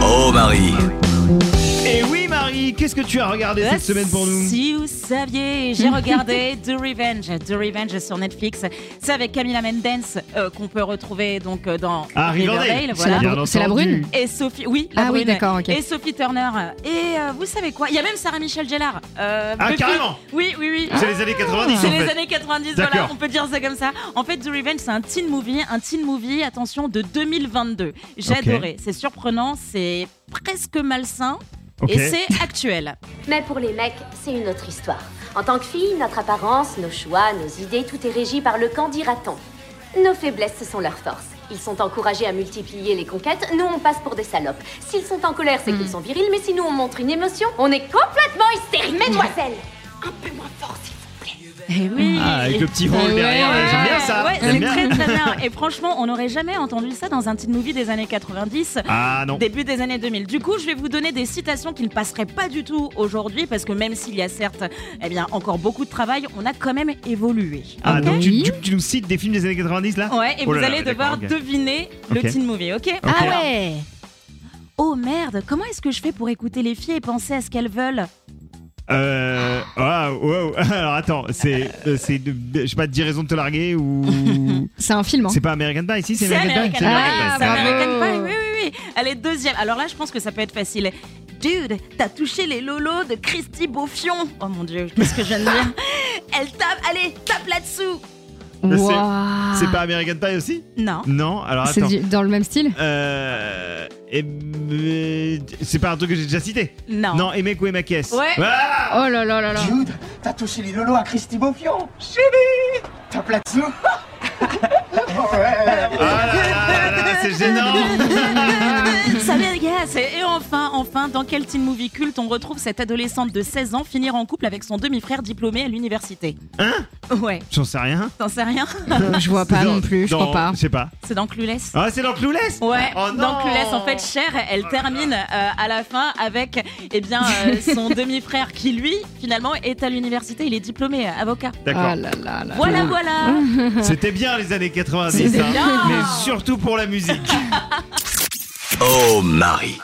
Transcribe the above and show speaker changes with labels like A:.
A: Oh Marie
B: Et oui Marie, qu'est-ce que tu as regardé
C: Ah,
B: cette semaine pour nous
C: Si vous saviez, j'ai regardé Do Revenge, Do Revenge sur Netflix. C'est avec Camila Mendens euh, qu'on peut retrouver donc euh, dans
B: Ah, Riverdale.
C: Riverdale,
B: C'est
C: voilà.
B: Bien
D: la, bru- c'est la
B: entendu.
D: brune
C: Et Sophie, oui, la
D: Ah oui,
C: brune.
D: d'accord, ok.
C: Et Sophie Turner. Et euh, vous savez quoi Il y a même Sarah Michelle Gellar. Euh,
B: Ah,
C: depuis-
B: carrément
C: Oui, oui, oui.
B: C'est les années 90 en
C: Ah, C'est les
B: fait.
C: années 90,
B: D'accord.
C: voilà, on peut dire ça comme ça. En fait, The Revenge, c'est un teen movie, un teen movie, attention, de 2022. J'ai
B: Ok.
C: adoré, c'est surprenant, c'est presque malsain
B: Ok.
C: et c'est actuel.
E: Mais pour les mecs, c'est une autre histoire. En tant que fille, notre apparence, nos choix, nos idées, tout est régi par le camp dira-t-on. Nos faiblesses sont leurs forces. Ils sont encouragés à multiplier les conquêtes, nous on passe pour des salopes. S'ils sont en colère, c'est qu'ils sont virils, mais si nous on montre une émotion, on est complètement hystérique. Mesdemoiselles, un peu moins fort, s'il vous
D: Eh
C: Et oui.
B: Ah, avec le petit rôle
D: Ouais,
B: derrière,
D: ouais,
B: j'aime bien ça.
C: Ouais,
B: j'aime
C: c'est
B: bien.
C: très très bien. Et franchement, on n'aurait jamais entendu ça dans un teen movie des années 90.
B: Ah non.
C: Début des années 2000. Du coup, je vais vous donner des citations qui ne passeraient pas du tout aujourd'hui, parce que même s'il y a certes, eh bien, encore beaucoup de travail, on a quand même évolué.
B: Ah
D: Ok.
B: donc tu, tu- tu nous cites des films des années 90 là
C: Ouais, et
B: Oh
C: vous
B: là là,
C: allez
B: d'accord, ok.
C: devoir deviner le
B: Ok.
C: teen movie, ok
B: Ok.
C: Alors, Ah Oh merde, comment est-ce que je fais pour écouter les filles et penser à ce qu'elles veulent
B: Euh. waouh, waouh. Alors attends, c'est. euh, c'est de- de- Je sais pas, 10 raisons de te larguer ou.
D: C'est un film. hein.
B: c'est pas American Pie, si c'est American, Pie. Ah,
C: Pie, Ah,
D: American
C: c'est
D: Pie.
B: Pie.
C: American
D: Bravo.
C: Pie, oui, oui, oui. Allez, deuxième. Alors là, je pense que ça peut être facile. Dude, t'as touché les lolos de Christy Beaufion. Oh mon dieu, qu'est-ce que je viens de dire Elle tape, allez, tape là-dessous.
B: c'est-
D: Ouah.
B: C'est pas American Pie aussi
C: Non.
B: Non, alors
D: C'est
B: attends.
D: du- dans le même style
B: Euh. eh, euh, C'est pas un truc que j'ai déjà cité
C: Non.
B: Non, Emek ou Emakes.
C: Ouais.
B: Ah
D: Oh là là là là.
F: Jude, t'as touché les lolos à Christy Beaufion Chérie T'as plateau
B: Ah là là là là, c'est gênant
C: Ah, Ça vient, les gars, c'est- Et enfin, enfin, dans quel teen movie culte on retrouve cette adolescente de 16 ans finir en couple avec son demi-frère diplômé à l'université
B: Hein
C: Ouais,
B: J'en sais rien.
C: t'en sais rien
D: Euh, Je vois pas
B: C'est dans-
D: non plus, je
B: dans-
D: crois pas.
B: Je sais pas.
C: C'est dans Clueless.
B: Ah, c'est dans Clouless
C: Ouais,
B: Oh non Oh
C: donc Clueless, en fait, Cher, elle termine euh, à la fin avec eh bien, euh, son demi-frère qui, lui, finalement, est à l'université. Il est diplômé euh, avocat.
B: D'accord.
D: Ah là là là.
C: Voilà, voilà
B: C'était bien les années 90,
D: C'était
B: hein.
C: bien.
B: mais surtout pour la musique.
A: Oh Marie